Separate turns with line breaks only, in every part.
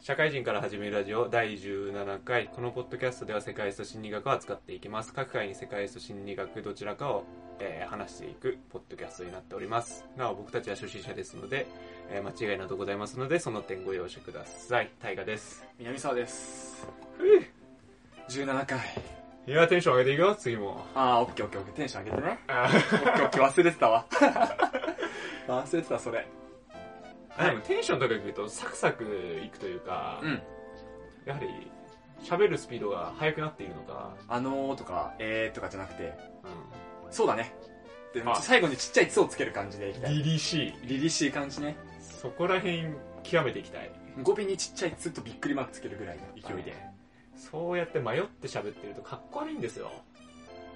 社会人から始めるラジオ第17回このポッドキャストでは世界史と心理学を扱っていきます各回に世界史と心理学どちらかを、えー話していくポッドキャストになっておりますなお僕たちは初心者ですので、えー間違いなどございますのでその点ご容赦ください大河です
南沢です17回
いやテンション上げていくよ次も
ああオッケーオッケーオッケーテンション上げてね
あ
オッケーオッケー忘れてたわ 忘れてたそれ
でもテンション高く言うとサクサクいくというか、
うん
やはり喋るスピードが速くなっているのか、
あのーとかえーとかじゃなくて
う
そうだねで
あ
最後にちっちゃい「つ」をつける感じでいきたい
ん、凛々しい
凛々しい感じね
そこら辺極めていきたい
語尾にちっちゃい「つ」とびっくりマークつけるぐらいの勢いで、
そうやって迷って喋ってるとかっこ悪いんですよ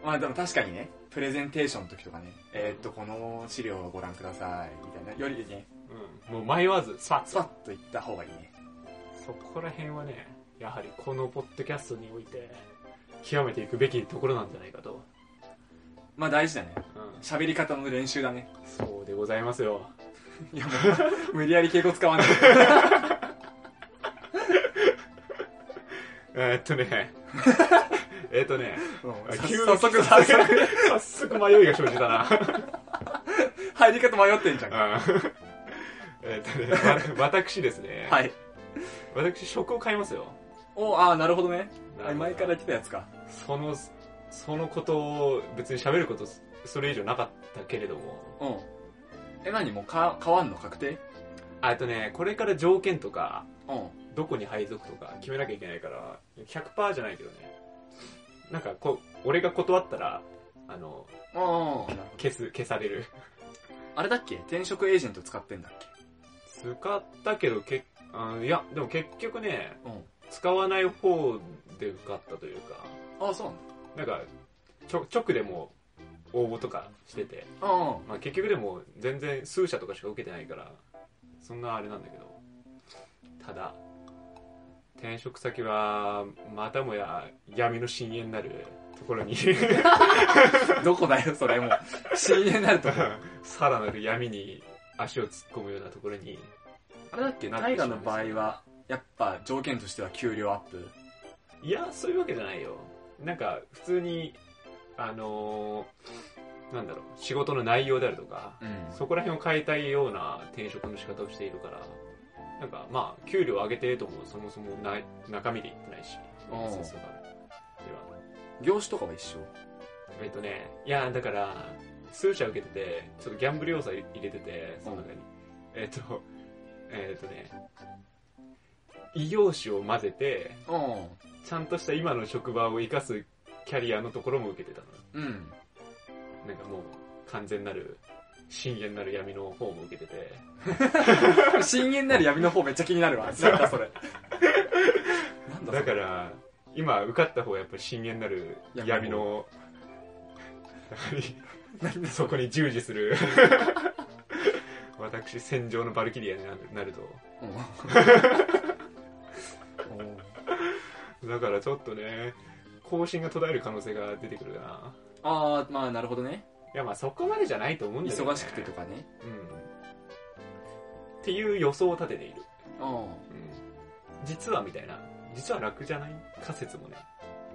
まあでも確かにねプレゼンテーションの時とかねえー、っとこの資料をご覧くださいみたいなよりね
うんもう迷わずスパッ
スパッといった方がいいね
そこら辺はねやはりこのポッドキャストにおいて極めていくべきところなんじゃないかと、
まあ大事だね
うん、
喋り方の練習だね
そうでございますよ
いやもう無理やり敬語使わない
えーっとねえーっと ね急に
早速早速
早速迷いが生じたな
入り方迷ってんじゃんは
あーえっとね、わ私ですね。い。
い
私、職を変えますよ。
おああなるほどね
なるほど
前から言ってたやつか
その、そのことを、別に喋ること、それ以上なかったけれども。
うんえ何もうか変わんの確定
あえっとね、これから条件とか、
うん
どこに配属とか決めなきゃいけないから、100%じゃないけどね。なんか、こう、俺が断ったら、あの、
あ
消す、消される。
あれだっけ転職エージェント使ってんだっ
使ったけど、けあいや、でも結局ね、
けうん
使わない方で受かったというか。
ああそうな
なんかちょ直でもう応募とかしてて、
の
まあ、結局でも全然数社とかしか受けてないからそんなあれなんだけどただ転職先はまたもや闇の深淵なるところ に
うんどこだよそれもう CA になるとこ
さらなる闇に足を突っ込むようなところに
あれだっけ
なって
大
しま
河
うんです
の
よ
場合はやっぱ条件としては給料アップ
いやそういうわけじゃないよなんか普通にあのーなんだろう仕事の内容であるとか
うん
そこら辺を変えたいような転職の仕方をしているから、なんかまあ、給料上げてともそもそもない中身で言ってないし、
うん
そうそうだからでは、
業種とかは一緒
えっとね、いや、だから、数社受けてて、ちょっとギャンブル要素入れてて、その中に。えっと、えっとね、異業種を混ぜて、
う
ちゃんとした今の職場を生かすキャリアのところも受けてたの。
んうん
なんかもう、完全なる、深淵なる闇の方も受けてて、
深淵なる闇の方めっちゃ気にな るわ。なんだそれ。なん
だ
だそれ。
から今受かった方がやっぱり深淵なる闇の そこに従事する 私戦場のバルキリアになるなると
うん
だからちょっとね更新が途絶える可能性が出てくるかな
ああ、まあなるほどね。
いやまあそこまでじゃないと思うんだけど、ね、
忙しくてとかね。
うんっていう予想を立てている、
う
うん、実はみたいな実は楽じゃない仮説もね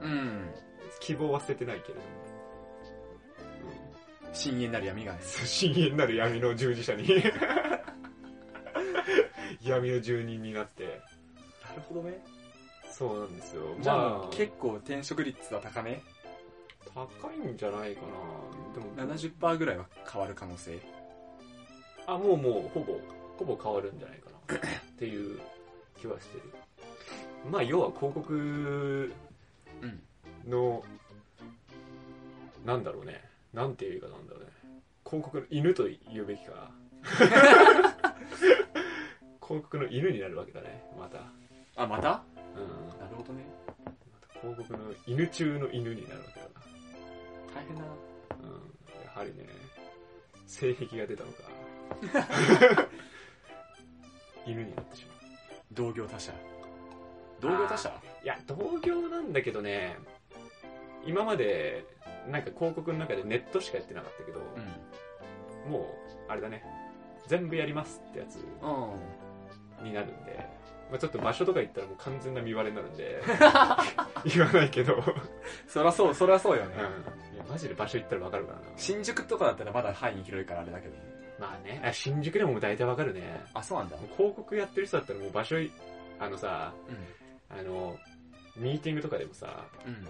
ん。うん。
希望は捨ててないけれども、うん
深淵なる闇がね。
深淵なる闇の従事者に 闇の住人になって
なるほどね。
そうなんですよ
じゃあ、
まあ
結構転職率は高め
高いんじゃないかなでも
?70% ぐらいは変わる可能性。
あもうもうほぼほぼ変わるんじゃないか なっていう気はしてるまあ要は広告
うん。
のなんだろうねなんていう言い方なんだろうね広告の犬と言うべき か 広告の犬になるわけだねまた
あ、また
うん
なるほどね。
広告の犬中の犬になるわけだ
大変だな。
な。うん。やはりね、性癖が出たのか。犬になってしま
同業他社。同業他社
う。いや、同業なんだけどね、今まで、なんか広告の中でネットしかやってなかったけど、
ん。
もう、あれだね、全部やりますってやつ
うん。
になるんで、まあ、ちょっと場所とか行ったらもう完全な見割れになるんで 言わないけど、うん、い
そらそうそらそうよね、
やマジで場所行ったらわかるからな
新宿とかだったらまだ範囲広いからあれだけどね
まあねあ新宿でも大体わかるね
あそうなんだ
もう広告やってる人だったらもう場所いあのさ
う
あのミーティングとかでもさ
んうん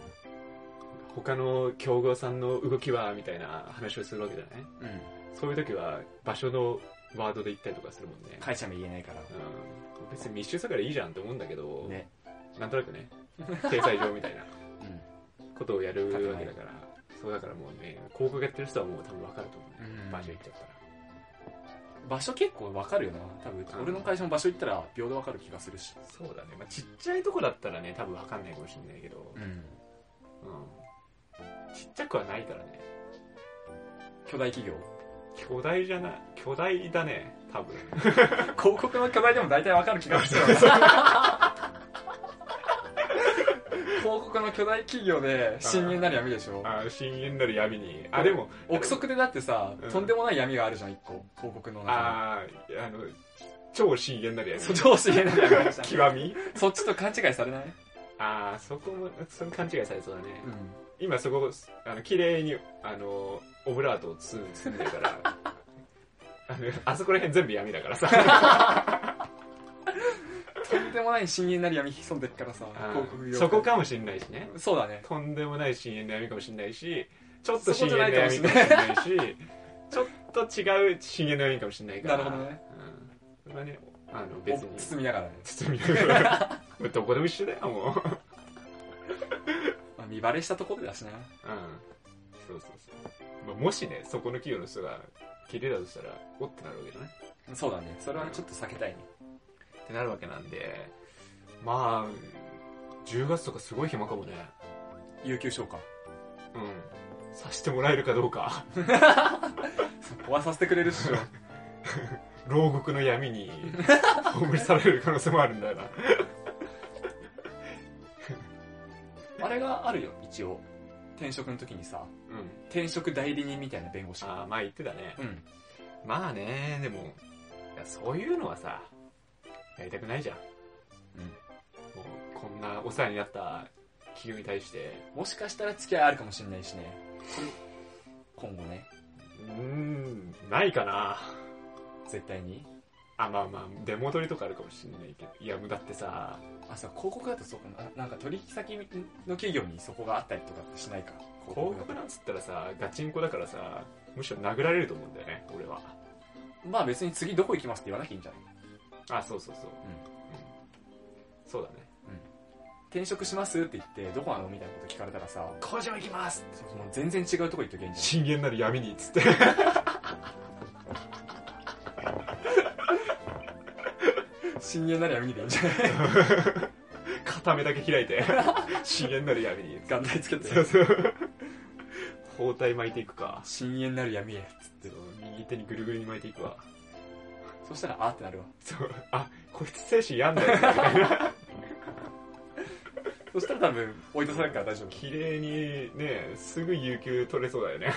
他の競合さんの動きはみたいな話をするわけじゃない
うん
そういう時は場所のワードで言ったりとかするもんね、
会社も言えないから
うん、別に密集さからいいじゃんって思うんだけど、
ね
なんとなくね掲載上みたいな
う
ことをやるわけだからそうだからもうね広告やってる人はもう多分分かると思う、
うん
場所行っちゃったら
ん場所結構わかるよな多分
うん
俺の会社も場所行ったら秒でわかる気がするし
そうだね、まあ、ちっちゃいとこだったらね多分分かんないかもしれないけど、
ん
うん、ちっちゃくはないからね
巨大企業
巨大じゃない巨大だね多 分
広告の巨大でも大体わかる気がするよね 広告の巨大企業で侵入なる闇でしょ
あ深淵なる闇にあでも
憶測でだってさ、
うん
とんでもない闇があるじゃん一個広告の中
あああの超深淵なる
に
闇
そ上司言えない闇あるじ ゃん
極み
そっちと勘違いされない
ああそこもその勘違いされそうだね、
うん
今そこあの綺麗にあのオブラートを包ん包んでるから あのあそこら辺全部闇だからさ
とんでもない深淵なる闇潜んでるからさ
あ
広告
ー
業界
そこかもしんないしね
そうだね
とんでもない深淵の闇かもしんないしちょっと
そ
深
こ
淵
じゃ
の
ないかもし
闇
ん
かも
ない
しんないしちょっと違う深淵の闇かもしんないから
なるほどね、
うん、それはねあの別に
お包みながらね、
包みながら どこでも一緒だよもう
まあ、見バレしたところでだしな
うんそうそうそう、まあ、もしねそこの企業の人が聞いてたとしたらおってなるわけじゃない
そうだねそれはちょっと避けたいね
ってなるわけなんでまあ10月とかすごい暇かもね
有給消化
うんさしてもらえるかどうか
そこはさせてくれるっしょ
牢獄の闇に葬りされる可能性もあるんだよな
あれがあるよ一応転職の時にさ
うん
転職代理人みたいな弁護士
ああまあ言ってたね
うん
まあねでもいやそういうのはさやりたくないじゃんもうこんなお世話になった企業に対して
もしかしたら付き合いあるかもしれないしね今後ね
うーんないかな
絶対に
あまあまあ出戻りとかあるかもしれないけどいやもうだってさ
あそう広告だとそうかなあなんか取引先の企業にそこがあったりとかってしないか
広
だと
告なんつったらさガチンコだからさむしろ殴られると思うんだよね俺は
まあ別に次どこ行きますって言わなきゃいいんじゃない
あそうそうそう、
うん
そうだね
転職しますって言ってどこなのみたいなこと聞かれたらさ
工場行きます
そうそうもう全然違うとこ行っとけばいいんじゃない
深淵なる闇にっつって
深淵なら闇にでいいんじゃない
片目だけ開い て深淵なる闇に
眼帯つけて
そうそう包帯巻いていくか
深淵なる闇へ
そう右手にぐるぐるに巻いていくわ
そしたらあーってなるわ
そうあこいつ精神病んだよねみたいな
そしたら多分追い出されるから大丈夫
綺麗にねすぐ有給取れそうだよね危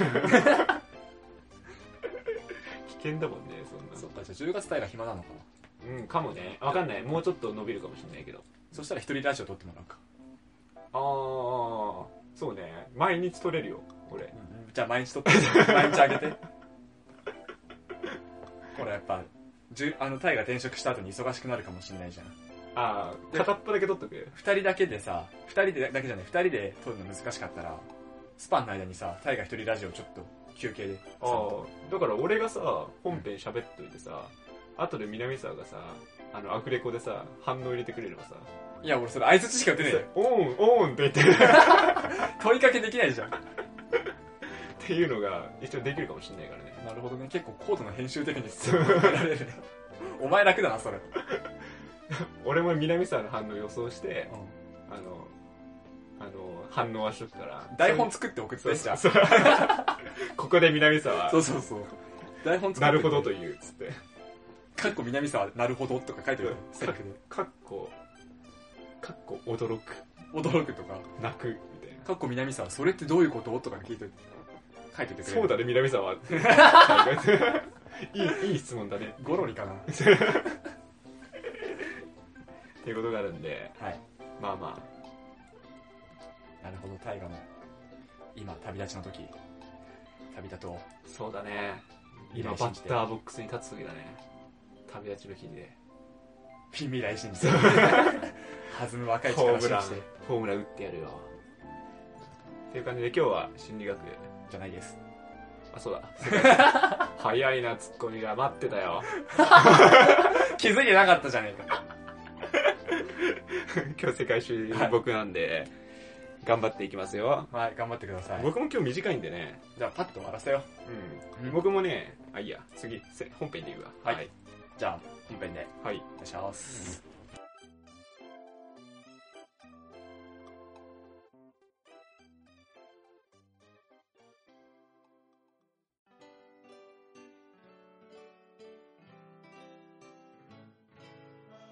険だもんねそんな
そっかじゃあ10月帯が暇なのかな
うんかもねわかんないもうちょっと伸びるかもしれないけど
そしたら一人ラジオ撮ってもらうか
ああそうね毎日取れるよ俺
じゃあ毎日撮って、毎日あげて。 ほらやっぱ、じゅあの、タイが転職した後に忙しくなるかもしれないじゃん。
ああ
で
片っぽだけ取っとく
二人だけでさ、二人でだけじゃない、二人で撮るの難しかったら、スパンの間にさ、タイが一人ラジオちょっと休憩で。
ああだから俺がさ本編喋っといてさ、後で南沢がさあのアフレコでさ反応入れてくれればさ
いや、俺それ相槌しか打てねえよ
「オンオン」って言ってるっ
問いかけできないじゃん。
ていうのが一応できるかもしれないからね
なるほどね。結構高度な編集的に進めら れるね。お前楽だな、それ。
俺も南沢の反応予想してあの、あの、反応はしとくから。
台本作って送って
そう
じゃん。
そう そうここで南沢
そうそうそう。台本作って。
なるほどと。いう、つって。
かっこ南沢、なるほどとか書いてるよ。セリフで。
かっこ、かっこ驚く、
驚くとか。
泣く、みたいな。
かっこ南沢、それってどういうこととか聞いといて、書いといてくれる。
そうだね、南沢っ て。 いい、いい質問だね。
ゴロリかな。
っていうことがあるんで、
はい。
まあま
なるほど、大河も、今、旅立ちの時、旅立とう。
あ、そうだね。今、
未
バ
来信
ッ
じて
ターボックスに立つ時だね。旅立ちの日にね。
未来信 じて。弾む若い
ホー
力
ム
信
ラン
じて。、
ホームラン打ってやるよ。っていう感じで今日は心理学、
じゃないです。
あ、そうだ。 早いな、ツッコミが待ってたよ。
気づいてなかったじゃねえか。
今日世界中僕なんで、頑張っていきますよ。
はい、頑張ってください。
僕も今日短いんでね。
じゃあ、パッと終わらせよ
う。
うんん
僕もね、あ、いいや、次、せ本編で言うわ。
う。はい。。じゃあ、本編で。
はい。
お願いします。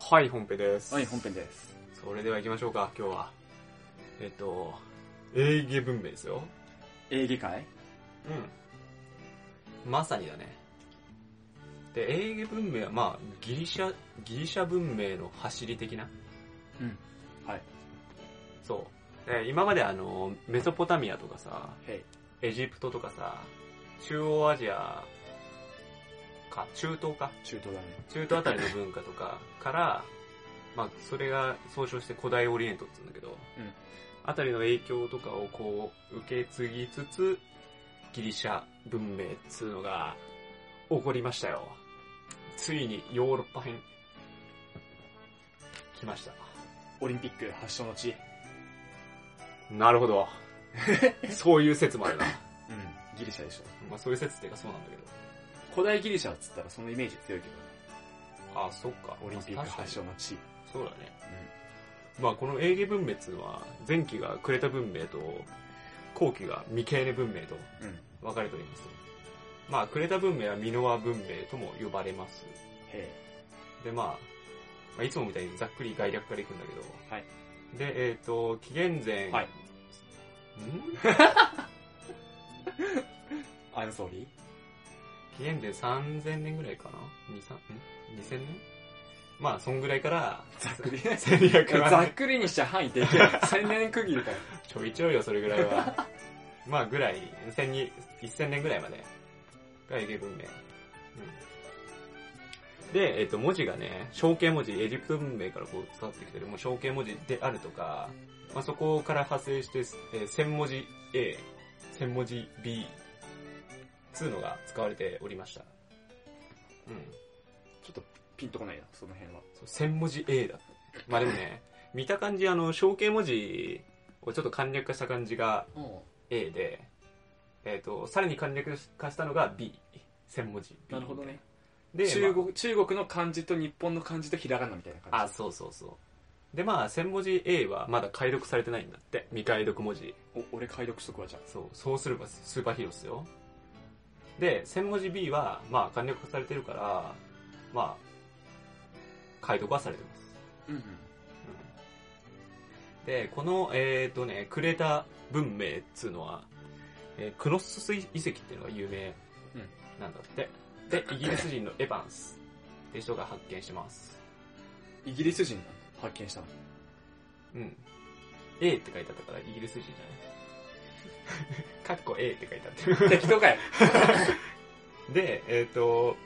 はい、本編です。
はい、本編です。
それでは行きましょうか、今日は。えっと、英芸文明ですよ。
営業会
うん。まさにだね。で、英芸文明は、まあ、ギリシャ、ギリシャ文明の走り的な
うん。
そう。で今まであの、メソポタミアとかさ、
へい。
エジプトとかさ、中央アジアか、中東か、
中東だね。
中東あたりの文化とかから、まあ、それが総称して古代オリエントって言うんだけど、
うん
あたりの影響とかをこう、受け継ぎつつ、ギリシャ文明っつうのが、起こりましたよ。ついにヨーロッパ編、来ました。
オリンピック発祥の地。
なるほど。 そういう説もあるな。
うん。ギリシャでしょ。
まあ、そういう説っていうかそうなんだけど。
古代ギリシャっつったらそのイメージ強いけどね。
あそっか。
オリンピック発祥の地。
そうだね。まあこの英芸文明っていうのは、前期がクレタ文明と、後期がミケーネ文明と
うん。うん。
分かれております。まあクレタ文明はミノア文明とも呼ばれます。
へ
でまあ、まあいつもみたいにざっくり概略からいくんだけど、
はい
で、えっ、と、紀元前、
え。はい
ん。
I'm sorry?
紀元前3000年ぐらいかな ?2、3、ん ?2000 年まあ、そんぐらい から、
ざっくり。
1200万
ざっくりにしちゃ範囲でき ない。千年区切りだよ。
ちょいちょいよ、それぐらいは。 まあ、ぐらい、千に、一千年ぐらいまでが英芸文明。うんで、えっ、と、文字がね、象形文字、エジプト文明からこう伝わってきてる、もう象形文字であるとか、まあ、そこから派生して、えー千文字 A、千文字 B、つうのが使われておりました。うん。
ちょっとピンとこないな、その辺は。
そう千文字 A だった。まあでもね、見た感じ、あの、象形文字をちょっと簡略化した感じが
お
A で、えっ、と、さらに簡略化したのが B。千文字 B。
なるほどね。
で、
中
ま
国、中国の漢字と日本の漢字とひらがなみたいな
あ。あ、
感じ。
そうそうそう。で、まあ、千文字 A はまだ解読されてないんだって。未解読文字。
お俺解読しとくわ、じゃ
そう、そうすればスーパーヒーローっすよ。で、千文字 B は、まあ、簡略化されてるから、まあ、解読はされてます。
あ。うん。
うんで、この、えっ、とね、クレータ文明っつうのは、えークノッソス遺跡っていうのが有名なんだって。で、イギリス人のエヴァンスって人が発見してます。
イギリス人発見したの。
うん。A って書いてあったからイギリス人じゃない かっこ A って書いてあった。
適当かい。
で、えっ、と、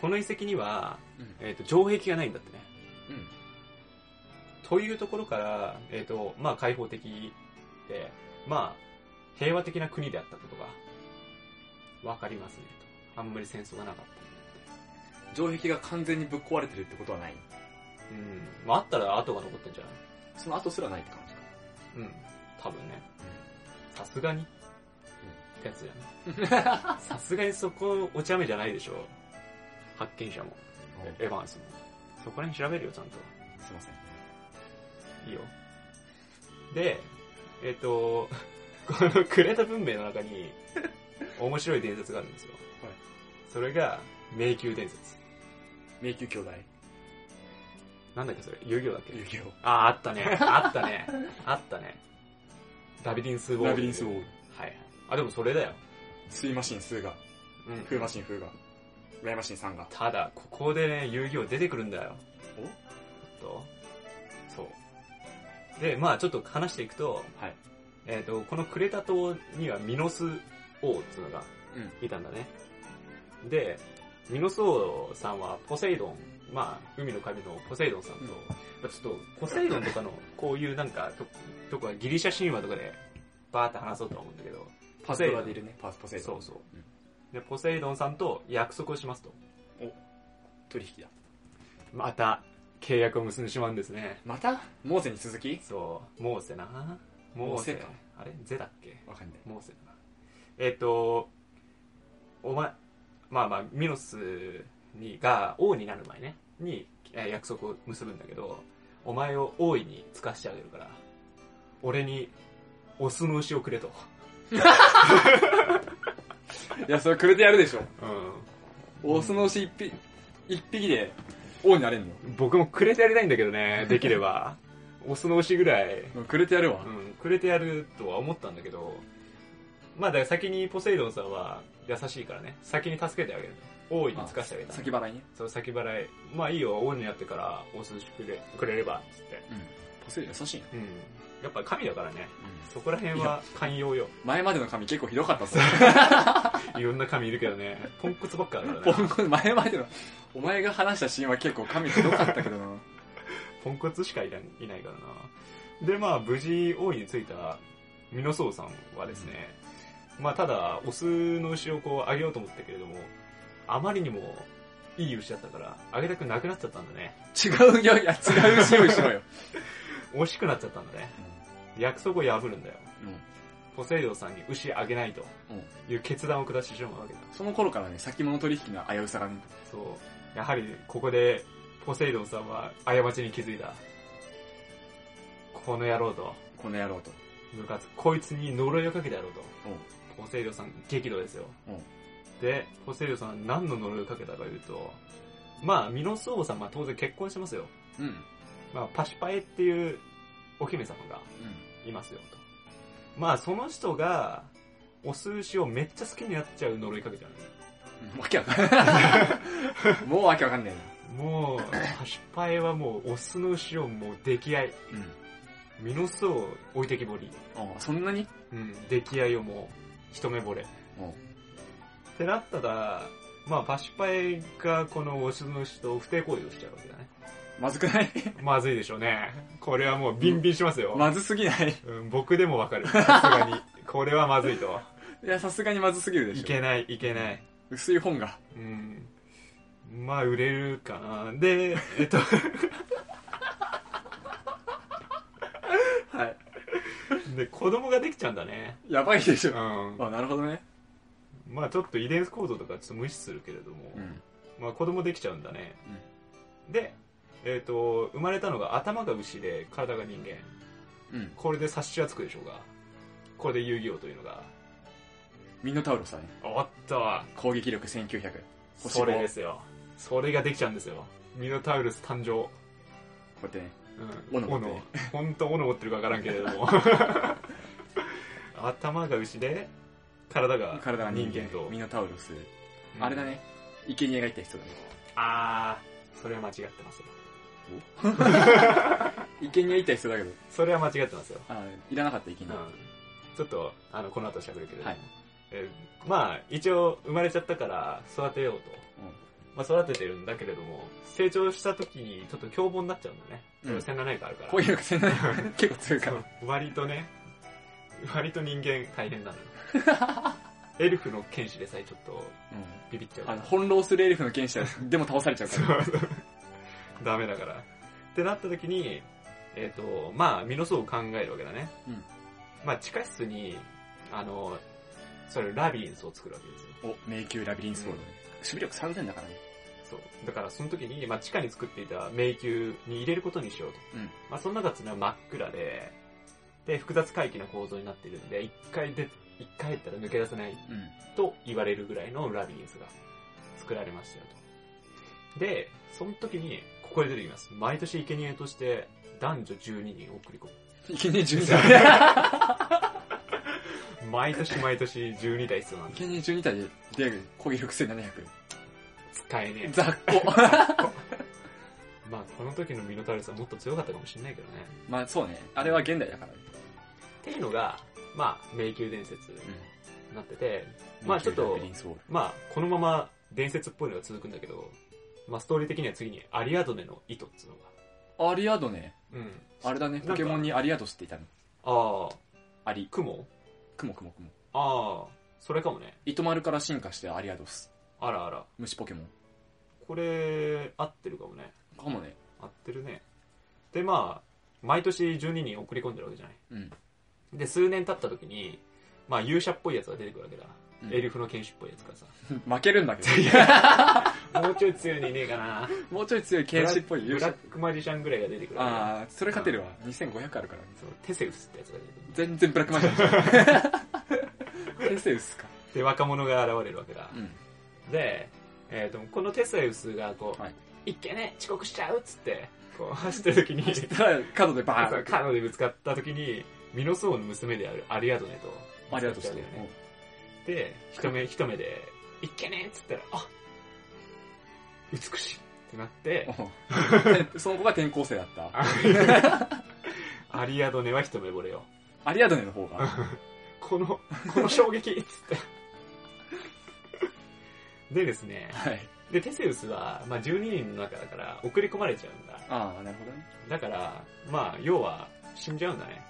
この遺跡には、
うん。
えっ、と、城壁がないんだってね。
うん。
というところから、えっ、と、まあ開放的で、まあ平和的な国であったことがわかりますねと。あんまり戦争がなかった。
城壁が完全にぶっ壊れてるってことはない。
うん。まああったら後が残ってんじゃない
その後すらないって感じか。
うん。多分ね。さすがに。ってやつじゃん。さすがにそこお茶目じゃないでしょ。発見者も、
え
エヴァンスも。そこら辺調べるよ、ちゃんと。
すいません。
いいよ。で、えっ、と、 このクレタ文明の中 に、面白い伝説があるんですよ。
はい
それが、迷宮伝説。
迷宮兄弟。
なんだっけそれ遊戯王だっけ
遊戯王。
あー、あったね。 あったね。あったね。ラビリンスウォール。
ラビリンスウォ
ル。
ール。
はいはい。あ、でもそれだよ。
水マシン数が、
うん。
風マシン風が、ライマシン3が。
ただ、ここでね、遊戯王出てくるんだよ。
お
ちょっと、そう。で、まあちょっと話していくと、
はい
えっ、と、このクレタ島にはミノス王っつうのが
うん
いたんだね。で、ミノス王さんはポセイドン、まあ海の神のポセイドンさんと、
うん
やっぱちょっとポセイドンとかのこういうなんかと、とかギリシャ神話とかでバーって話そうとは思うんだけど、
パスドラでいるねパスポセイド
そ
ン
うそう
うん。
で、ポセイドンさんと約束をしますと。
取引だ
また、契約を結んでしまうんですね。
またモーゼに続き
そう、モーセな。モーセか。あれゼだっけ
わかんない
モーセだな。えっ、と、お前、まあまあ、ミノスにが王になる前ね、にえー約束を結ぶんだけど、お前を王位に使かしてあげるから、俺にオスの牛をくれと。
いやそれくれてやるでしょ
う
オスの牛一匹一匹で王になれんの
ん。僕もくれてやりたいんだけど ね、できれば。オスの牛ぐらい
もうくれてやるわ
うん、くれてやるとは思ったんだけど、まあだから先にポセイドンさんは優しいからね、先に助けてあげるの。大いにつかしてあげた。
先払いね
そう、先払い。まあいいよ、王になってからお寿司くれくれれば、つって。
うんポセイドン優しいな
うん。やっぱ神だからね、そこら辺
い
は
や
寛容よ。
前までの髪結構ひどかったっすよ
いろんな神いるけどね、ポンコツばっかだから
ポ
ね。
ンコツ前までのお前が話したシーンは結構髪ひどかったけど な
ポンコツしかいらんいないからな。で、まあ無事王位についたミノソウさんはですね、まあただ、オスの牛をこうあげようと思ったけれども、あまりにもいい牛だったから、あげたくなくなっちゃったんだね。
違うよいや違う牛用意しろよ、
惜しくなっちゃったんだね。約束を破るんだよ。ポセイドンさんに牛あげないという決断を下してしまうわけだ。
その頃からね先物取引の危うさがね
そう。やはりここでポセイドンさんは過ちに気づいた。この野郎と、
この野郎と
ムカつくこいつに呪いをかけてやろうと。ポセイドさん激怒ですよ、
うん
でポセイドさんは何の呪いをかけたかというとまあミノス王様は当然結婚してますよ、
うんうん
まあ、パシパエっていうお姫様がいますよとまあその人がお寿司をめっちゃ好きになっちゃう呪いかけちゃうんですよ
うんわけわかんないもうわけわかんない
もうパシパエはもうオスの牛をもう溺愛
な
ミノスを置いてきぼり
うんそんなに
うん溺愛をもう一目惚れってなったら、まあ、パシパエがこのオスの牛と不貞行為をしちゃうわけ だね。
まずくない
まずいでしょうね。これはもうビンビンしますよ。
まずすぎない
うん、僕でもわか る。さすがに。これはまずいと。
いやさすがにまずすぎるで
い
しょ
けない、いけない。
薄い本が
うん。まあ、売れるかな。で、えっと、
はい
で、子供ができちゃうんだね。
やばいでし
う
ょ
ん。
あなるほどね
まあ、ちょっと遺伝子構造とかちょっと無視するけれども、まあ、子供できちゃうんだね。で、えっと、生まれたのが頭が牛で体が人間。
うん
これで察しはつくでしょうが。これで遊戯王というのが。
ミノタウロスだね
おっと
攻撃力1900星
それ
五
ですよ。それができちゃうんですよ。ミノタウルス誕生。
こうやってね
うん。
斧持って
斧。本当斧持ってるかわからんけれど も。頭が牛で、体が
体が人
人間
間
と。
ミノタウロス
うん
あれだ。ね生贄がいた人だね
あー、それは間違ってますよ。
生贄いた人だけど
それは間違ってますよ。
あいらなかった生
うん
贄。
ちょっと、あの、この後喋るけれども。
はい
えーまあ、一応、生まれちゃったから育てようと。まあ、育ててるんだけれども、成長した時にちょっと凶暴になっちゃうんだね。
うん
1700あるから。
攻撃力1700 結構強いか
そ
ら
う割とね、割と人間大変 なのよ。エルフの剣士でさえちょっとビビっちゃうか
あの
ら。
翻弄するエルフの剣士はでも倒されちゃうから
そう そうダメだから。ってなった時に、えっ、と、まあ、身の層を考えるわけだね。
うん
まあ、地下室に、あの、それラビリンスを作るわけですよ。
お迷宮ラビリンスボール守備力3000だからね
そう。だからその時に、まあ、地下に作っていた迷宮に入れることにしようと。
うん
まあ、その中っていうのは真っ暗で、で、複雑回帰な構造になっているんで、一回で、一回入ったら抜け出せない と言われるぐらいのラビリンスが作られましたよと。で、その時に、ここで出てきます。毎年生贄として男女12人送り込
うん生贄12体
む。毎年毎年12台必要なんで、
生贄12体でで攻撃力1700
使えね
雑魚
え。まあこの時のミノタウルスはもっと強かったかもしれないけどね
まあそうね。あれは現代だからね。
っていうのがまあ迷宮伝説になってて、
うん
まあちょっと
プリンスウォール
まあこのまま伝説っぽいのが続くんだけどまあストーリー的には次にアリアドネの糸っつうのが
アリアドネ。
うん
あれだね。ポケモンにアリアドスっていたの。
ああ
アリ。
雲
クモクモクモ。
ああそれかもね
糸丸から進化してアリアドス。
あらあら
虫ポケモン。
これ合ってるかもね
かもね。
合ってるねでまあ毎年12人送り込んでるわけじゃない
うん。
で数年経った時にまあ勇者っぽいやつが出てくるわけだ、
うん
エルフの剣士っぽいやつからさ
負けるんだけ
もうちょい強いにいねえかな
ど。もうちょい強い 剣士っぽい
ブラブ
勇
ラ
者
ッ。クマジシャンぐらいが出てくるわけだ
ああ、それ勝てるわ。2500あるから。
そうテセウスってやつが出てくる
全然ブラックマジック。テセウスか。
で若者が現れるわけだ、
うん。
で、えー、とこのテセウスがこう、
はい
い、っけね遅刻しちゃうっつってこう走ってる 時に
そしたら、角でバ
そう
ーン。
カードでぶつかった時にミノソウの娘であるアリアドネと
アリアドス
ぶつかっちゃうわけだよねで一目一目で「いっけね」っつったら「あ美しい」ってなって
うん その子が転校生だった。
アリアドネは一目惚れよ
アリアドネの方が。
このこの衝撃っつって でですね
はい。
でテセウスは、まあ、12人の中だから送り込まれちゃうんだ
ああ、なるほどね。
だからまあ要は死んじゃうんだね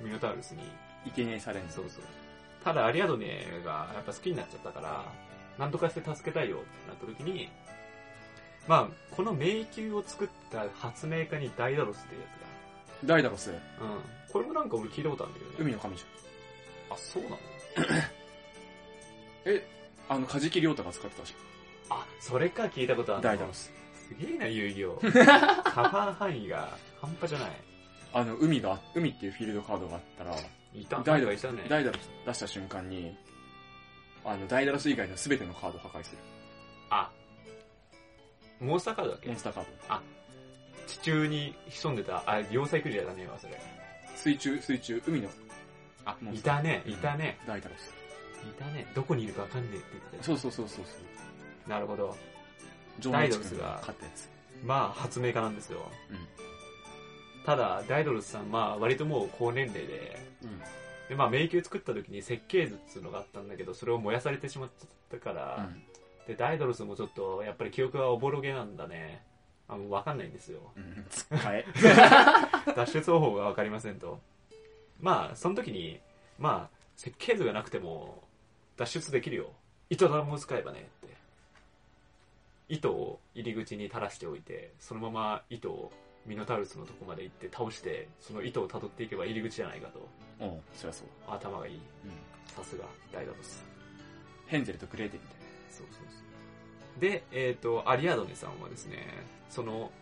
うん。
ミノタウルスに
生贄されんぞ。
そうそう。ただ、アリアドネがやっぱ好きになっちゃったから、なんとかして助けたいよってなった時に、まあ、この迷宮を作った発明家にダイダロスっていうや
ダイダロス、
つが。うん。これもなんか俺聞いたことあるんだけどね。
海の神じゃん。
海。あ、そうなの
え、あの、カジキリョウタが使ってたじ
あ、それか聞いたことあ
ゃん。
る
ダイダロ。ス。
すげえな、遊戯王。 カバー範囲が半端じゃない。
あの、海が、海っていうフィールドカードがあったら、
いた、
ダイダ
が
ロ
い
ス、
たね。
ダイダロス出した瞬間に、あの、ダイダロス以外の全てのカードを破壊する。
あ、モンスターカードだっ
モ
け
ンスターカード。
地中に潜んでた、あ、要塞クジラだね、忘れ。
水中、水中、海の
あ
モ、ン
い
スター
たね、いたね。
ダイダロス。
いたね。どこにいるかわかんねえって言ってたよ
そうそうそうそうそう。
なるほど。
ジョ
ダイ
ン・ミ
ダ
チ
ロス
君
が
が勝ったやつ。
まあ、発明家なんですよ。
うん
ただ、ダイドルスさん、まあ、割ともう高年齢で、
うん。
で、まあ、迷宮作った時に設計図っていうのがあったんだけど、それを燃やされてしまっちゃったから、で、ダイドルスもちょっと、やっぱり記憶はおぼろげなんだね。あの、わかんないんですよ。
うん。うん。使え。
脱出方法がわかりませんと。まあ、その時に、まあ、設計図がなくても、脱出できるよ。糸玉を使えばね、って。糸を入り口に垂らしておいて、そのまま糸をミノタウルスのとこまで行って倒して、その糸を辿っていけば入り口じゃないかと。
うん。そりゃそうだ。
頭がいい。
うん。
さすが、ダイダロス。
ヘンゼルとグレーテみたいな。
そうそうそう。で、えっ、と、アリアドネさんはですね、その、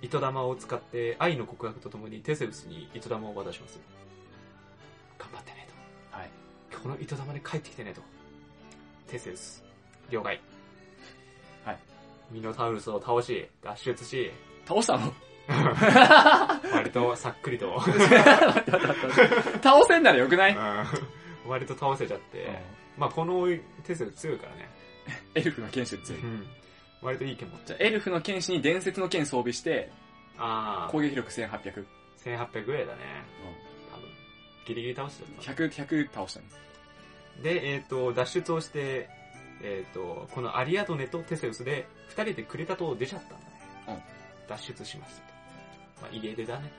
糸玉を使って愛の告白とともにテセウスに糸玉を渡しますよ。頑張ってね
はい。
と。この糸玉で帰ってきてねと。テセウス、了解。
はい。
ミノタウルスを倒し、脱出し、
倒した の
割とさっくりと、
倒せんならよくな い、
うん割と倒せちゃって、まあこのテセウス強いからね。
エルフの剣士強い。
うん割といい剣持って
じゃあ、エルフの剣士に伝説の剣装備して、
ああ
攻撃力1800。うん、
1800ぐらいだね。多分。ギリギリ倒してたな
100、100倒したの。
で、えっ、と、脱出をして、えっ、と、このアリアドネとテセウスで、二人でクレタ島を出ちゃったんだね。脱出しましたと。まあ、家出だね。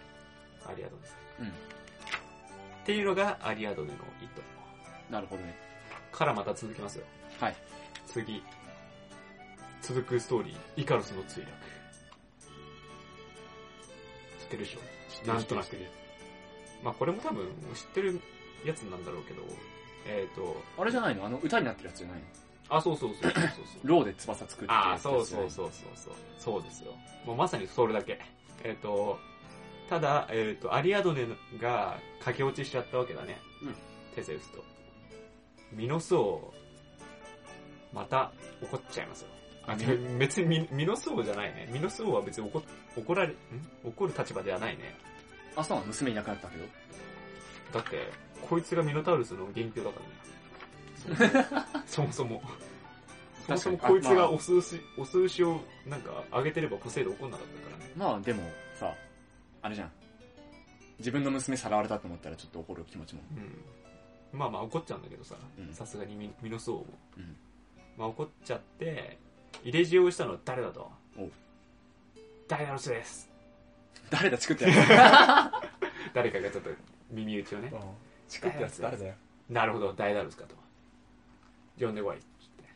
アリアドネさん。
う
っ
ん
ていうのが、アリアドネの意図。
なるほどね。
からまた続きますよ。
はい。
次。続くストーリー、イカロスの墜落。知ってるでしょなんとなく。まあ、これも多分、知ってるやつなんだろうけど、えっ、と、
あれじゃないのあの、歌になってるやつじゃないの
あ、そうそうそうそうそうそう。
ローで翼作って
ああ、そうそう
う。
そうそうそう。そうですよ。もうまさにそれだけ。えっ、と、ただ、えっ、と、アリアドネが駆け落ちしちゃったわけだね。
うん
テセウスと。ミノソウ、また怒っちゃいますよ。
あ、
で
で
別にミミノソウじゃないね。ミノソウは別に怒怒られ、ん怒る立場ではないね。
あ、そうなの娘いなくなったけど。
だって、 こいつがミノタウルスの元凶だからね。そもそも。そもそもそもそも
確か
こい
に
つが
あま
お寿司、お寿司をなんか上げてればポセイド怒んなかったからね。
まあでもさあれじゃん自分の娘さらわれたと思ったらちょっと怒る気持ちも
うん。まあまあ怒っちゃうんだけどさ
う、ん
さすがにミミノス王も。
うん
まあ怒っちゃって、入れ知恵をしたのは誰だと
おう。
ダイナロスです
誰だチクってや
誰かがちょっと耳打ちをね
つ、チクってやつ誰だよ
なるほど、ダイナロスかと。呼んでこい。つって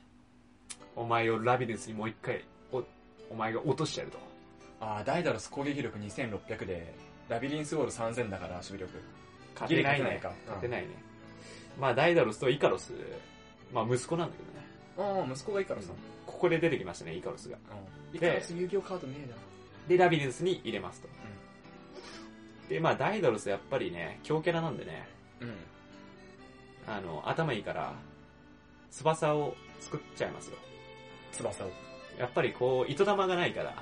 お前をラビデンスにもう一回、お、お前が落としてやると。
ああダイダロス攻撃力2600でラビリンスウォール3000だから守備力
勝てない
ギリ
ね
勝てないか。
勝てないね。まあ、ダイダロスとイカロス、まあ、息子なんだけどね。
ああ息子がいいからさ、
ここで出てきましたね、イカロスが。
うん、イカロス遊戯王カードねえな
で、ラビリンスに入れますと。で、まあ、ダイダロスやっぱりね、強キャラなんでね、
うん
あの、頭いいから、翼を作っちゃいますよ。
翼を
やっぱりこう、糸玉がないから、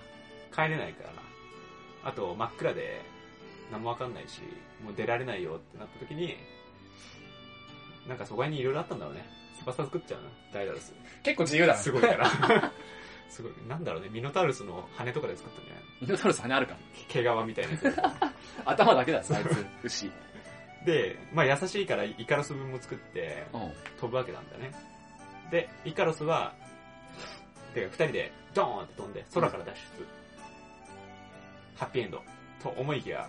帰れないから、あと真っ暗で、何もわかんないし、もう出られないよってなった時に、なんかそこにいろいろあったんだろうね。翼作っちゃうな、ダイダロス。
結構自由だな
すごいから。 すごい。なんだろうね、ミノタウルスの羽とかで作ったんじゃない
ミノタウルス羽あるか
の毛皮みたいなやつ。
頭だけだぞあいつ牛うん
で、まあ優しいからイカロス分も作って、飛ぶわけなんだね。で、イカロスは、てか二人でドーンって飛んで空から脱出。ハッピーエンド。と思いきや、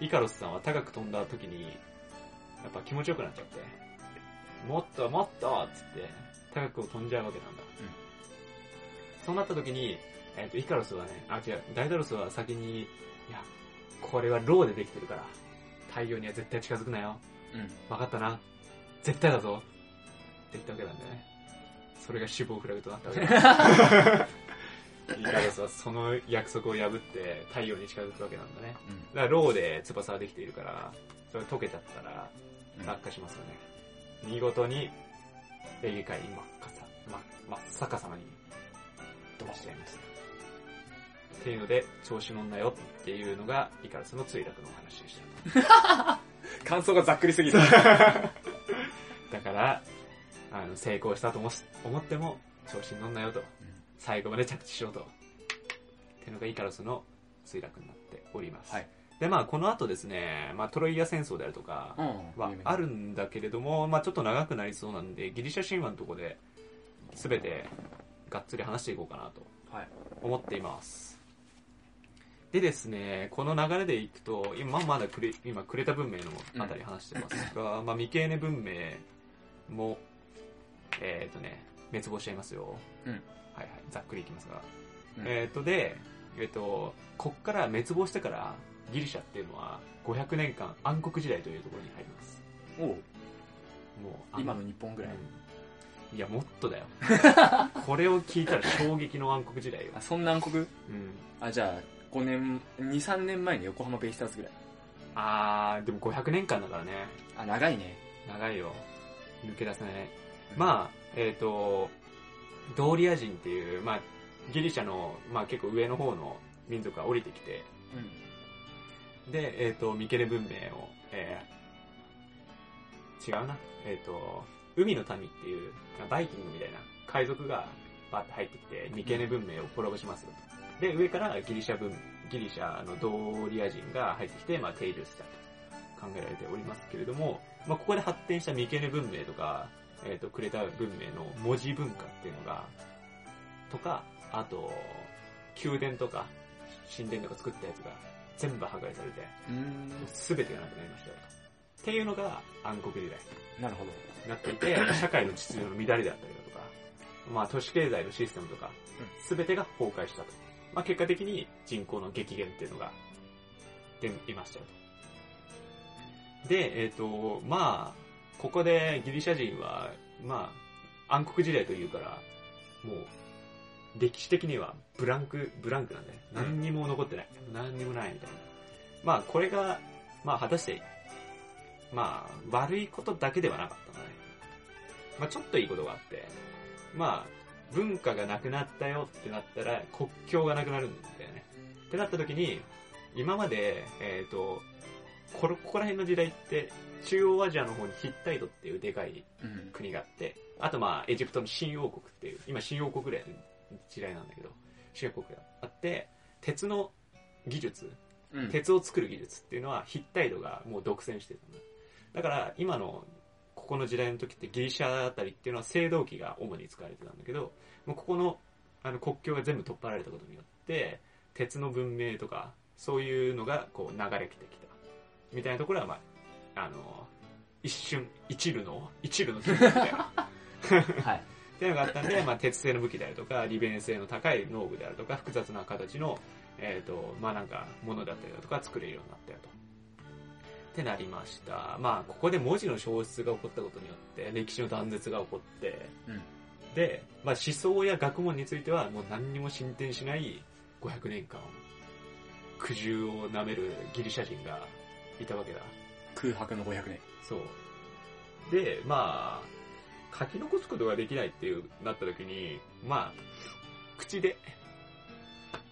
イカロスさんは高く飛んだ時に、やっぱ気持ちよくなっちゃって、もっともっとっつって、高くを飛んじゃうわけなんだ。
うん
そうなった時に、えっ、と、イカロスはね、あ、違う、ダイダロスは先に、いや、これはローでできてるから、太陽には絶対近づくなよ。分かったな。絶対だぞ。って言ったわけなんだよね。それが死亡フラグとなったわけだ。イカロスはその約束を破って太陽に近づくわけなんだね。だからローで翼はできているから、それ溶けちゃったら
うん
落下しますよね。見事に、エゲ界真っ赤さ、ま、真っ逆さまに飛ばしちゃいました。っていうので、調子乗んなよっていうのが、イカロスの墜落のお話でした。
感想がざっくりすぎる
だから、あの、成功したと思す思っても、調子に乗んなよと。最後まで着地しようと。ってのがイカロスの墜落になっております。
はい
で、まあ、この後ですね、まあ、トロイア戦争であるとか
うん
はあるんだけれども、まあ、ちょっと長くなりそうなんで、ギリシャ神話のとこで、すべて、がっつり話していこうかなと
はい
思っています。でですね、この流れでいくと、今まだクレ今クレタ文明のあたり話してますが、 まあ、ミケーネ文明も、えっ、とね、滅亡しちゃいますよ。
うん
はいはい、ざっくりいきますが。
うん
えっ、と、で、えっ、と、こっから滅亡してから、ギリシャっていうのは500年間暗黒時代というところに入ります。
おう
もうあの
今の日本ぐらい
うんいや、もっとだ よ。これを聞いたら衝撃の暗黒時代よ。
あそんな暗黒
うん
あじゃあ5年23年前の横浜ベイスターズぐらい
あー、でも500年間だからね。
あ長いね
長いよ。抜け出せない。まあ、えっ、と、ドーリア人っていう、まあ、ギリシャの、まあ結構上の方の民族が降りてきて、
あ
で、えっ、と、ミケレ文明を、えー違うな。えっ、と、海の民っていう、バイキングみたいな海賊がバッて入ってきて、ミケネ文明を滅ぼしますよと。で、上からギリシャ文、ギリシャのドーリア人が入ってきて、まあ、定住したと考えられておりますけれども、まあ、ここで発展したミケネ文明とか、えっ、と、クレタ文明の文字文化っていうのが、とか、あと、宮殿とか、神殿とか作ったやつが全部破壊されて、
うんうん
すべてがなくなりましたよと。っていうのが暗黒時代
なるほど
になっていて、社会の秩序の乱れであったりだとか、まあ都市経済のシステムとか、すべてが崩壊したと。まあ結果的に人口の激減っていうのが出いましたよと。で、えっ、と、まあ、ここでギリシャ人は、まあ、暗黒時代というから、もう、歴史的にはブランク、ブランクなんだよ。何にも残ってない。何にもないみたいな。まあ、これが、まあ、果たして、まあ、悪いことだけではなかったのね。まあ、ちょっといいことがあって、まあ、文化がなくなったよってなったら、国境がなくなるんだよね。ってなった時に、今まで、えっ、と、これここら辺の時代って、中央アジアの方にヒッタイトっていうでかい
うん
国があって、あとまあエジプトの新王国っていう今新王国ぐらい時代なんだけど新王国があって鉄の技術
うん
鉄を作る技術っていうのはヒッタイトがもう独占してたんだだから今のここの時代の時ってギリシャあたりっていうのは青銅器が主に使われてたんだけどもうここのあの国境が全部取っ払われたことによって鉄の文明とかそういうのがこう流れてきたみたいなところはまああの一瞬一縷の一縷の金みたいな
はい。
っていうのがあったんで、まあ、鉄製の武器であるとか利便性の高い農具であるとか複雑な形の、えーとまあ、なんかものだったりだとか作れるようになったよと。ってなりましたまあここで文字の消失が起こったことによって歴史の断絶が起こって、
うん
で、まあ、思想や学問についてはもう何にも進展しない500年間苦渋をなめるギリシャ人がいたわけだ
空白の500年。
そう。で、まあ、書き残すことができないっていう、なった時に、まあ、口で、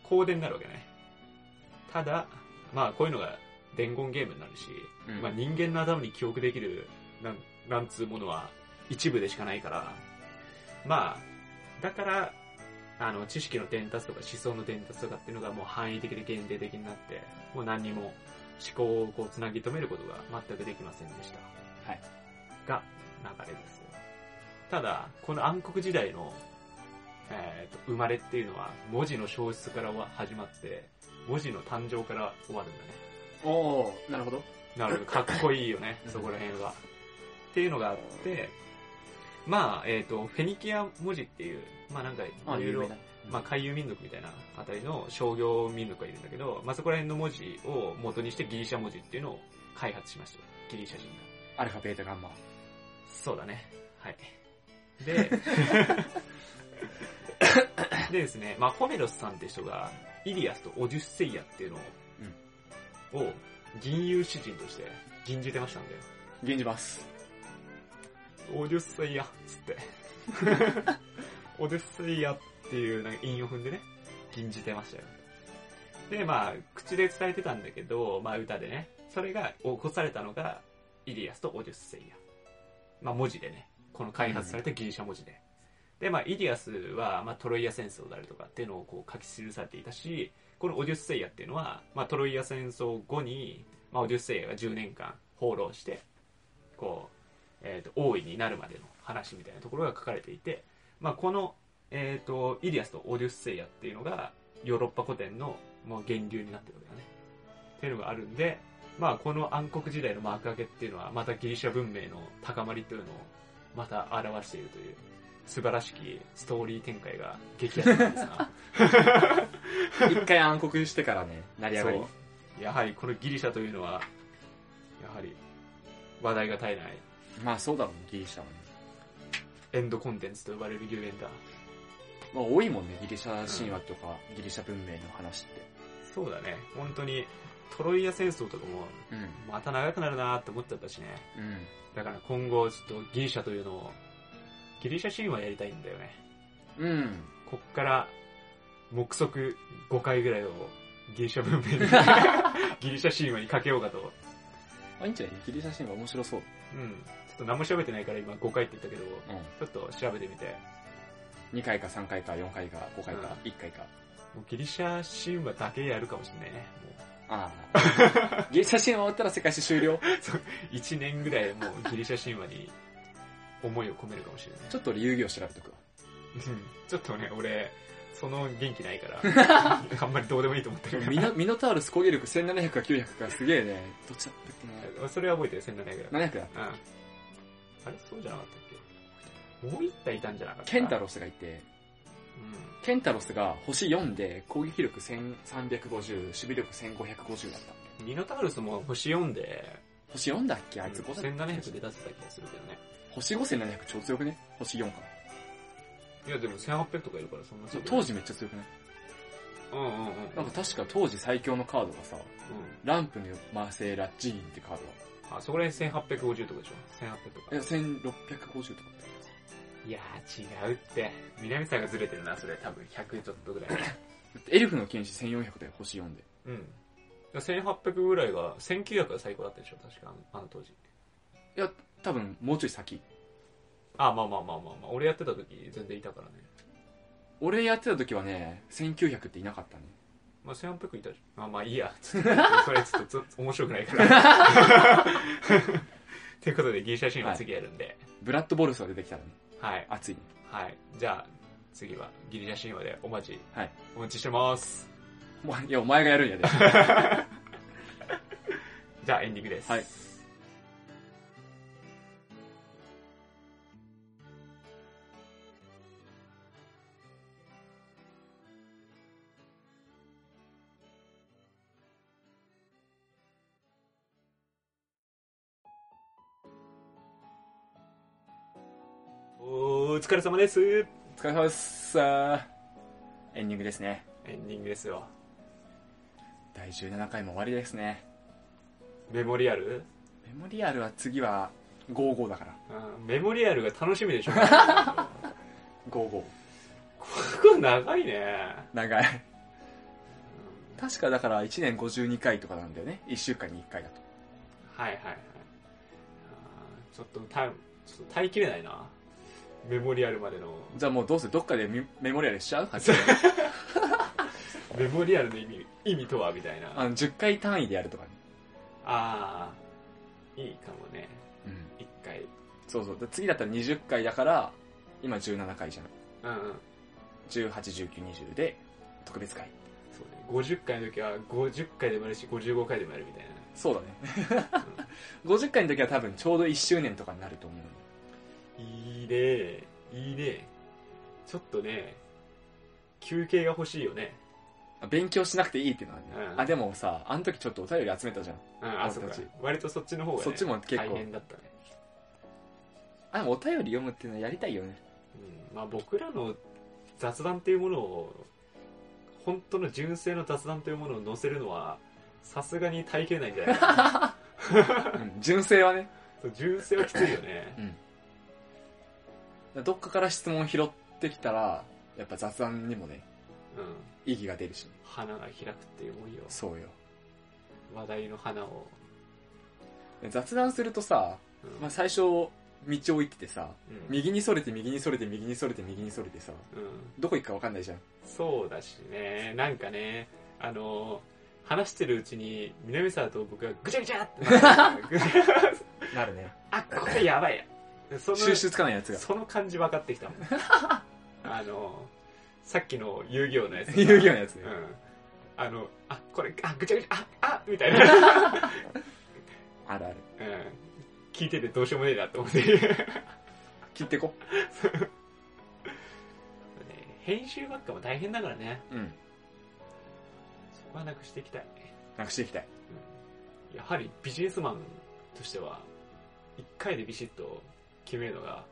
口伝になるわけね。ただ、まあ、こういうのが伝言ゲームになるし、
うん
まあ、人間の頭に記憶できる、なん、なんつうものは一部でしかないから、まあ、だから、あの、知識の伝達とか思想の伝達とかっていうのがもう範囲的で限定的になって、もう何にも思考をこうつなぎ止めることが全くできませんでした。
はい。
が、流れですよ。ただ、この暗黒時代の、えーと、生まれっていうのは、文字の消失からは始まって、文字の誕生から終わるんだね。
おおなるほど。
なるほど、かっこいいよね
う、ん
そこら辺は。っていうのがあって、まあ、えっ、と、フェニキア文字っていう、まあなんか、いろいろ、。まあ海遊民族みたいなあたりの商業民族がいるんだけど、まあそこら辺の文字を元にしてギリシャ文字っていうのを開発しましたよギリシャ人が。
アルファ、ベータ、ガンマ。
そうだね。はい。 で、でですね、まあ、ホメロスさんって人が、イリアスとオデュッセイアっていうのを、を銀融詩人として吟じてましたんで、
現じます。
オデュッセイアっつって、オデュッセイアっていうなんか韻を踏んでね、吟じてましたよ。で、まあ、口で伝えてたんだけど、まあ歌でね、それが起こされたのが、イリアスとオデュッセイア。まあ文字でね、この開発されたギリシャ文字で。で、まあイリアスは、まあトロイア戦争であるとかっていうのをこう書き記されていたし、このオデュッセイアっていうのは、まあトロイア戦争後に、まあオデュッセイアが10年間放浪して、こう、えー、と王位になるまでの話みたいなところが書かれていて、まあ、この、えー、とイリアスとオデュッセイアっていうのがヨーロッパ古典のもう源流になってるわけだね。っていうのがあるんで、まあ、この暗黒時代の幕開けっていうのはまたギリシャ文明の高まりというのをまた表しているという素晴らしきストーリー展開が激アツなんですが
一回暗黒してからね、成り上がり
そ。うやはりこのギリシャというのはやはり話題が絶えない
まあそうだろうね、ギリシャはね。
エンドコンテンツと呼ばれるゆえんだ。
まあ多いもんね、ギリシャ神話とか、ギリシャ文明の話って。
そうだね、本当にトロイア戦争とかも
うん。
また長くなるなって思っちゃったしね。
うん。
だから今後ちょっとギリシャというのを、ギリシャ神話やりたいんだよね。
うん。
こっから、目測5回ぐらいをギリシャ文明に、 ギリシャ神話にかけようかと。
あ、いいんじゃないギリシャ神話面白そう。
うん。ちょっと何も調べてないから今5回って言ったけど、
うん。
ちょっと調べてみて、
2回か3回か4回か5回か1回か。
もうギリシャ神話だけやるかもしれないね。も
ああ。 ギリシャ神話終わったら世界史終了。
う1年ぐらいもうギリシャ神話に思いを込めるかもしれない。
ちょっと俺遊戯を調べと くわ。
うんちょっとね、俺、その元気ない から、あんまりどうでもいいと思ってるか
ミノミノタウルス攻撃力1700か900かすげえね。どっちだったっ
ら。それは覚えてる、1700
け
だ。
な。700だ。
うん。あれそうじゃなかったっけもう一体いたんじゃなかった
ケンタ
ロ
ロスがいて、
う
ケンタロスが星4で攻撃力1350、守備力1550だった。
ん。ミノタウルスも星4で、
星4だっけあいつ5だっけ、
1700で出せた気がするけどね。
星5700超強くね星4か
いや、でも1800とかいるから、そんな
な。当。時めっちゃ強くね
うんうんうん。うん。
なんか確か当時最強のカードがさ、ランプのマセラジーンってカード
あ、そこら辺1850とかでしょ ?1800 とか
が。いや、。1650とかだった
いやー、違うって。南さんがずれてるな、それ。多分100ちょっとぐら い。
だってエルフの剣士1400で星4で。
うん。1800ぐらいが、1900が最高だったでしょ、確か、あのあの当時。
いや、多分もうちょい先。
あまあまあまあまあまあ俺やってた時全然いたからね
俺やってた時はね1900っていなかったね
まあシェアンプックいたじゃんあまあいいや それちょっとつ面白くないから ということでギリシャ神話次やるんで
ブラッドボルスが出てきたらね
はい
熱いね
はい、じゃあ次はギリシャ神話でお待ち、
はい
お待ちしてます
もういやお前がやるんやで
じゃあエンディングです、
はい
お疲れ様ですエ
お疲れ様ですさあエンディングですね
ンディングですよ
第17回も終わりですね
メモリアル、
メモリアルは次は55だから
うん、メモリアルが楽しみで しょうがない
55
ここ長いね、
長い
うん
確かだから1年52回とかなんだよね1週間に1回だと
はいはいはいあーちょっと耐えちょっと耐えきれないなメモリアルまでの
じゃあもうどうせどっかでメメモリアルしちゃう
メモリアルの意味意味とはみたいな
あの10回単位でやるとかね
ああいいかもね
うん
一回
そうそうで次だったら20回だから今17回じゃん
うんうん
181920で特別回
そうね50回の時は50回でもやるし55回でもやるみたいな
そうだね 50回の時は多分ちょうど1周年とかになると思う
いいねいいねちょっとね休憩が欲しいよね
あ勉強しなくていいっていうのはね、
うん
あでもさあの時ちょっとお便り集めたじゃん
うんあそっか
僕たち
割とそっちの方が、ね、
そっちも結構
大変だったね
あでもお便り読むっていうのはやりたいよね
うんまあ、僕らの雑談っていうものを本当の純正の雑談というものを載せるのはさすがに耐えきれないんじゃないかな
うん純正はね、
そう純正はきついよ ね
うん、だからどっかから質問拾ってきたらやっぱ雑談にもね
うん
意義が出るしね、
花が開くっていうもんよ
そうよ
話題の花を、
で雑談するとさ、
うん
まあ、最初道を行っててさ
うん
右にそれて右にそれて右にそれて右にそれてさ
うん
どこ行くか分かんないじゃん
そうだしねなんかねあの話してるうちに南沢と僕がぐちゃぐちゃってなってぐち ゃ
なるね
あこれやばいやその
収集つかないやつが
その感じ分かって きたもんあのさっきの遊戯王のやつ
遊戯王のやつね
うんあのあこれあぐちゃぐちゃああみたい な、うん、
あるある
聞いててどうしようもねえなと思って
切ってこ
編集ばっかも大変だからね
うん
そこはなくしていきたい、
なくしていきたい
うんやはりビジネスマンとしては一回でビシッと決めるのが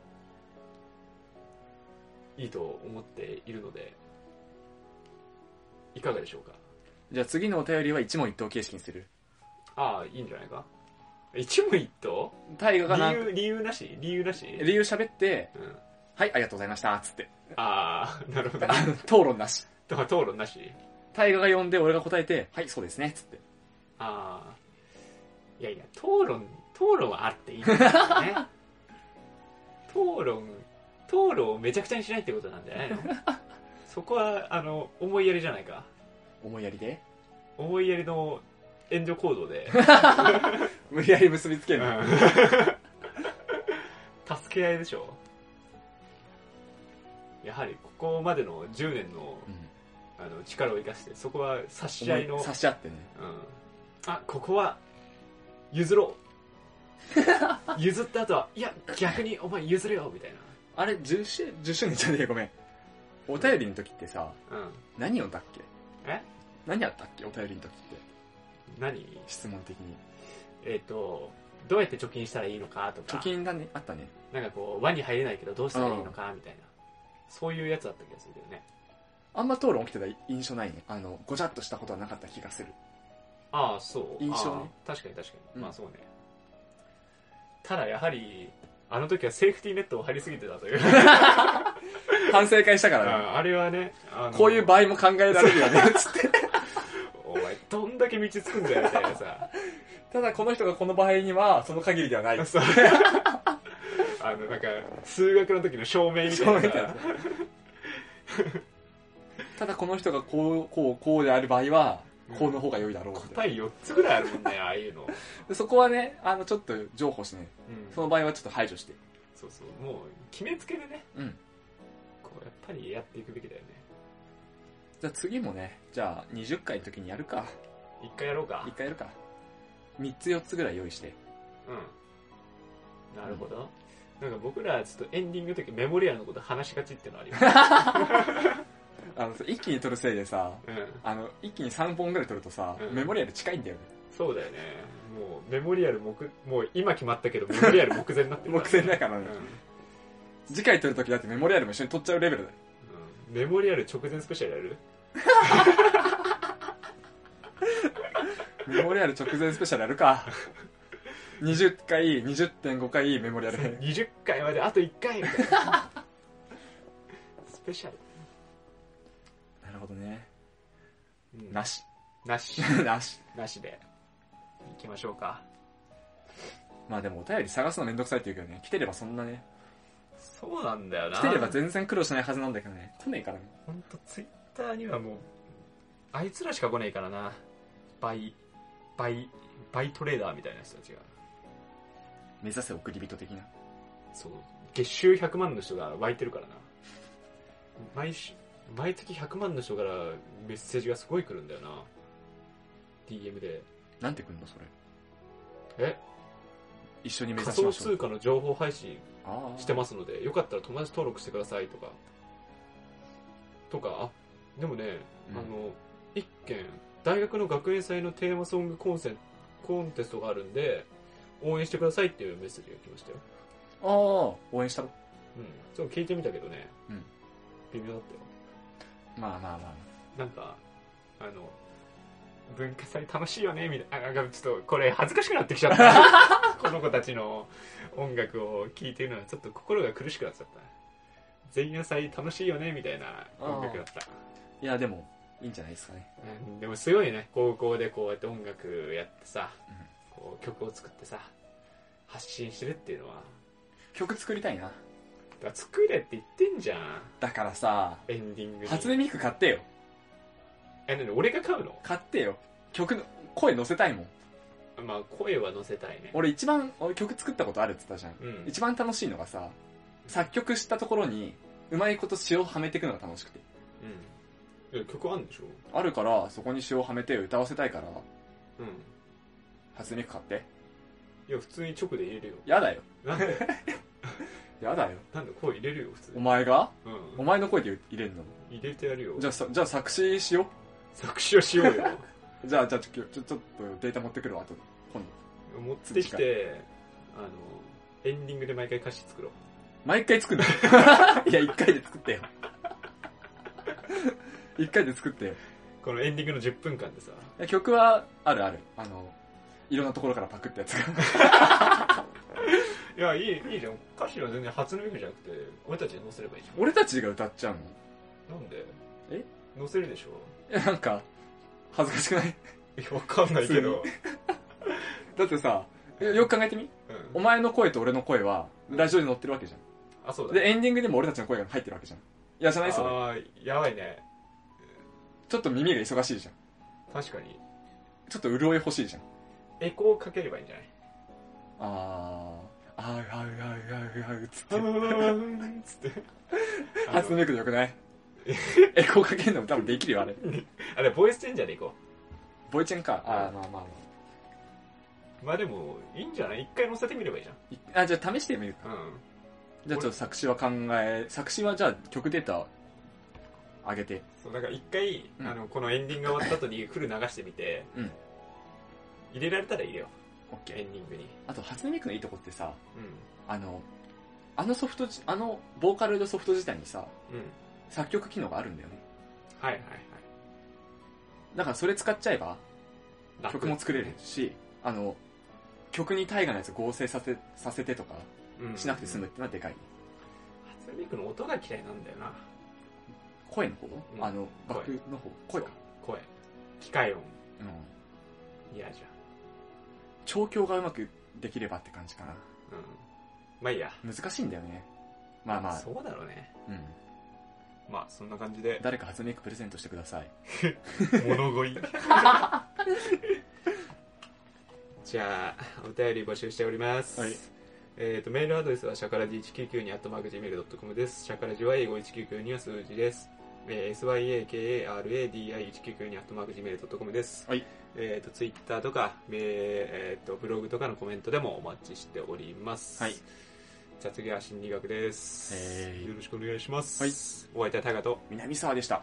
いいと思っているのでいかがでしょうか
じゃあ次のお便りは一問一答形式にする
ああ、いいんじゃないか。一問一答
大河がな
理
んか
由、理由なし理由なし
理由喋って
うん。
はいありがとうございましたつって
ああ、なるほど
あ
ね。
の討論なし
とか、討論なし
大河が呼んで俺が答えてはいそうですねつって
ああ。いやいや、討論、討論はあっていいんだよね。 討論、討論をめちゃくちゃにしないってことなんじゃないのそこは、あの、思いやりじゃないか。
思いやりで
思いやりの援助行動で。
無理やり結びつける の、
助け合いでしょやはりここまでの10年の
う
あの力を生かしてそこは差し合い
ん、
の、
思
う
い
ん
差し合ってね
あここは譲ろう 譲った後はいや逆にお前譲れよみたい
あれ10周 ,10 周年じゃねえごめんお便りの時ってさ
なうん
何をだっけ
え
何やったっけお便りの時って
何
質問的に
えっ、とどうやって貯金したらいいのかとか
貯金だねあったね
なんかこう輪に入れないけどどうしたらいいのかみたいなそういうやつだった気がするけどね
あんま討論起きてた印象ないねあのごちゃっとしたことはなかった気がする
ああそう
印象ね
ああ確かに確かに、
うん
まあそうねただやはりあの時はセーフティーネットを張りすぎてたというあ
反省会したからね
ああれはねあの
こういう場合も考えられるよね つって
お前どんだけ道つくんだよみたいなさ
ただこの人がこの場合にはその限りではない
そうあのなんか数学の時の証明みたいな
証明みたいなただこの人がこう、こう、こうである場合は、こうの方が良いだろうみたいな
答え4つぐらいあるもん ねああいうの、うん、
でそこはね、あの、ちょっと譲歩しね。その場合はちょっと排除して。
そうそうもう決めつけでね
うん。
こうやっぱりやっていくべきだよね
じゃあ次もね、じゃあ20回の時にやるか。
一回やろうか
一回やるか。3つ4つぐらい用意して。
うんなるほど、なんか僕らちょっとエンディングの時メモリアルのこと話しがちってのあるよ、
あの、一気に撮るせいでさ、
うん、
あの、一気に3本ぐらい撮るとさ、
うん
メモリアル近いんだよね。
そうだよねもうメモリアル目もう今決まったけどメモリアル目前になってる
目前だからね
うん。
次回撮る時だってメモリアルも一緒に撮っちゃうレベルだよ。
うんメモリアル直前スペシャルやる
メモリアル直前スペシャルや るか。20回、20.5回メモリアル編。
20回まであと1回み たいなスペシャル、
なるほどね。
うん
なし。
なし
なし。
なしでいきましょうか
まあでもお便り探すのめんどくさいって言うけどね、来てればそんなね、
そうなんだよな
来てれば全然苦労しないはずなんだけどね、来ねえからね。
ほんとツイッターにはもうあいつらしか来ないからなバイバイバイトレーダーみたいな人たちが
目指せ送り人的な。
そう月収100万の人が湧いてるからな毎週毎月100万の人からメッセージがすごい来るんだよな DM で
なんて来んのそれ。
え
一緒に目
仮
指し
想
ましょう。
通貨の情報配信
ああ
してますのでよかったら友達登録してくださいとかとかあでもね、
うん
あの一件大学の学園祭のテーマソングコンセンコンテストがあるんで応援してくださいっていうメッセージが来ましたよ
ああ、応援したろ。
うんちょっと聞いてみたけどね、
うん
微妙だったよ
まあまあまあ。
なんか、あの、文化祭楽しいよね、みたいな。あなんかちょっと、これ恥ずかしくなってきちゃ った。この子たちの音楽を聴いてるのは、ちょっと心が苦しくなっちゃった。前夜祭楽しいよね、みたいな音楽だった。
いや、でも、いいんじゃないですかね。
うんでもすごいね、高校でこうやって音楽やってさ、
うん
こう曲を作ってさ、発信してるっていうのは、
曲作りたいな。
だから作れって言ってんじゃん、
だからさ、
エンディングに。
初音ミク買ってよ。
え、なに俺が買うの
買ってよ。曲の、声乗せたいもん。
まあ、声は載せたいね。
俺一番、俺曲作ったことあるって言ったじゃん。
うん。
一番楽しいのがさ、作曲したところに、うまいこと詞をはめていくのが楽しくて。
うん。いや曲あんでしょ
あるから、そこに詞をはめて歌わせたいから、
うん。
初音ミク買って。
いや、普通に直で入れるよ。
やだよ。
なんで、
やだよ。
なんで声入れるよ、普通
お
に。
前が
う
お前の声で入れんの
ん。入れてやるよ。
じゃあさ、じゃあ作詞しよ
作詞をしよ うよ。
う。じゃあ、じゃあちょ、ちょ、ちょっとデータ持ってくるわ、後で。今度。
持ってきて、あの、エンディングで毎回歌詞作ろう。
毎回作 るのいや、一回で作ってよ。一回で作ってよ。い
このエンディングの10分間でさ。
や曲は、あるある。あの、いろんなところからパクったや つが。
いや、いい、いいじゃん。歌詞は全然初音ミクじゃなくて、俺たちに載せればいいじゃ
俺たちが歌っちゃうの
ん。なんで
え
載せるでしょ
いや、なんか、恥ずかしくない
いや、わかんないけど。
だってさ、よく考えてみ
うん
お。前の声と俺の声は、ラジオに載ってるわけじゃ。
あ、そうんだね。
で、エンディングでも俺たちの声が入ってるわけじゃん。いや、じゃないそれ。
ああ、やばいね。
ちょっと耳が忙しいじゃん。
確かに。
ちょっと潤い欲しいじゃん。
エコーかければいいんじゃない
あー、あー、あー、あー、あー、あー、つって。
つって。
初音ミクでよ くないエコーかけるのも多分できるよ、あれ。
あれ、ボイスチェンジャーでいこ
ボイチェンか。あー、まあまあま
う。まあでも、いいんじゃない一回乗せてみればいいじ
あい。あ、じゃあ試してみる
ゃ
か。
ん。うん。
じゃあちょっと作詞は考え、作詞はじゃあ曲データ上げて。
そう、だから一回、
うん
あの、このエンディングが終わった後にフル流してみて、
うん
入れられたら入れよ
オッ
う、
ケ
エ
ー。
ンディングに。
あと、初音ミクのいいとこってさ、
う
あの、あのソフトじ、あの、ボーカロイドソフト自体にさ、
ん。うん。
作曲機能があるんだよね。
はいはいはい。
だからそれ使っちゃえば、
楽
曲も作れる。し、あの、曲に大河のやつ合成させ、させてとか、
うん。
しなくて済むってのはでかい。
初音ミクの音が嫌いなんだよな。
声の方、
ん
あの、バックの方声か。
声。機械音。
うん。
嫌じゃん。
調教がうまくできればって感じかな。
うん。まあいいや。
難しいんだよね。まあまあ、
そうだろうね。
うん。
まあ、そんな感じで、
誰か初音ミクプレゼントしてください。
物乞い。 じゃあ、お便り募集しております。
はい
えー、とメールアドレスはシャカラジ199に atmarkgmail.com です。シャカラジは英語199は数字です。えー、syakaradi199 に atmarkgmail.com です。
はい
えー、と、ツイッターとか、えー、と、ブログとかのコメントでもお待ちしております。
はい。
じゃあ次は心理学です。
えー
よろしくお願いします。はい。お相手はタイガと、
南沢でした。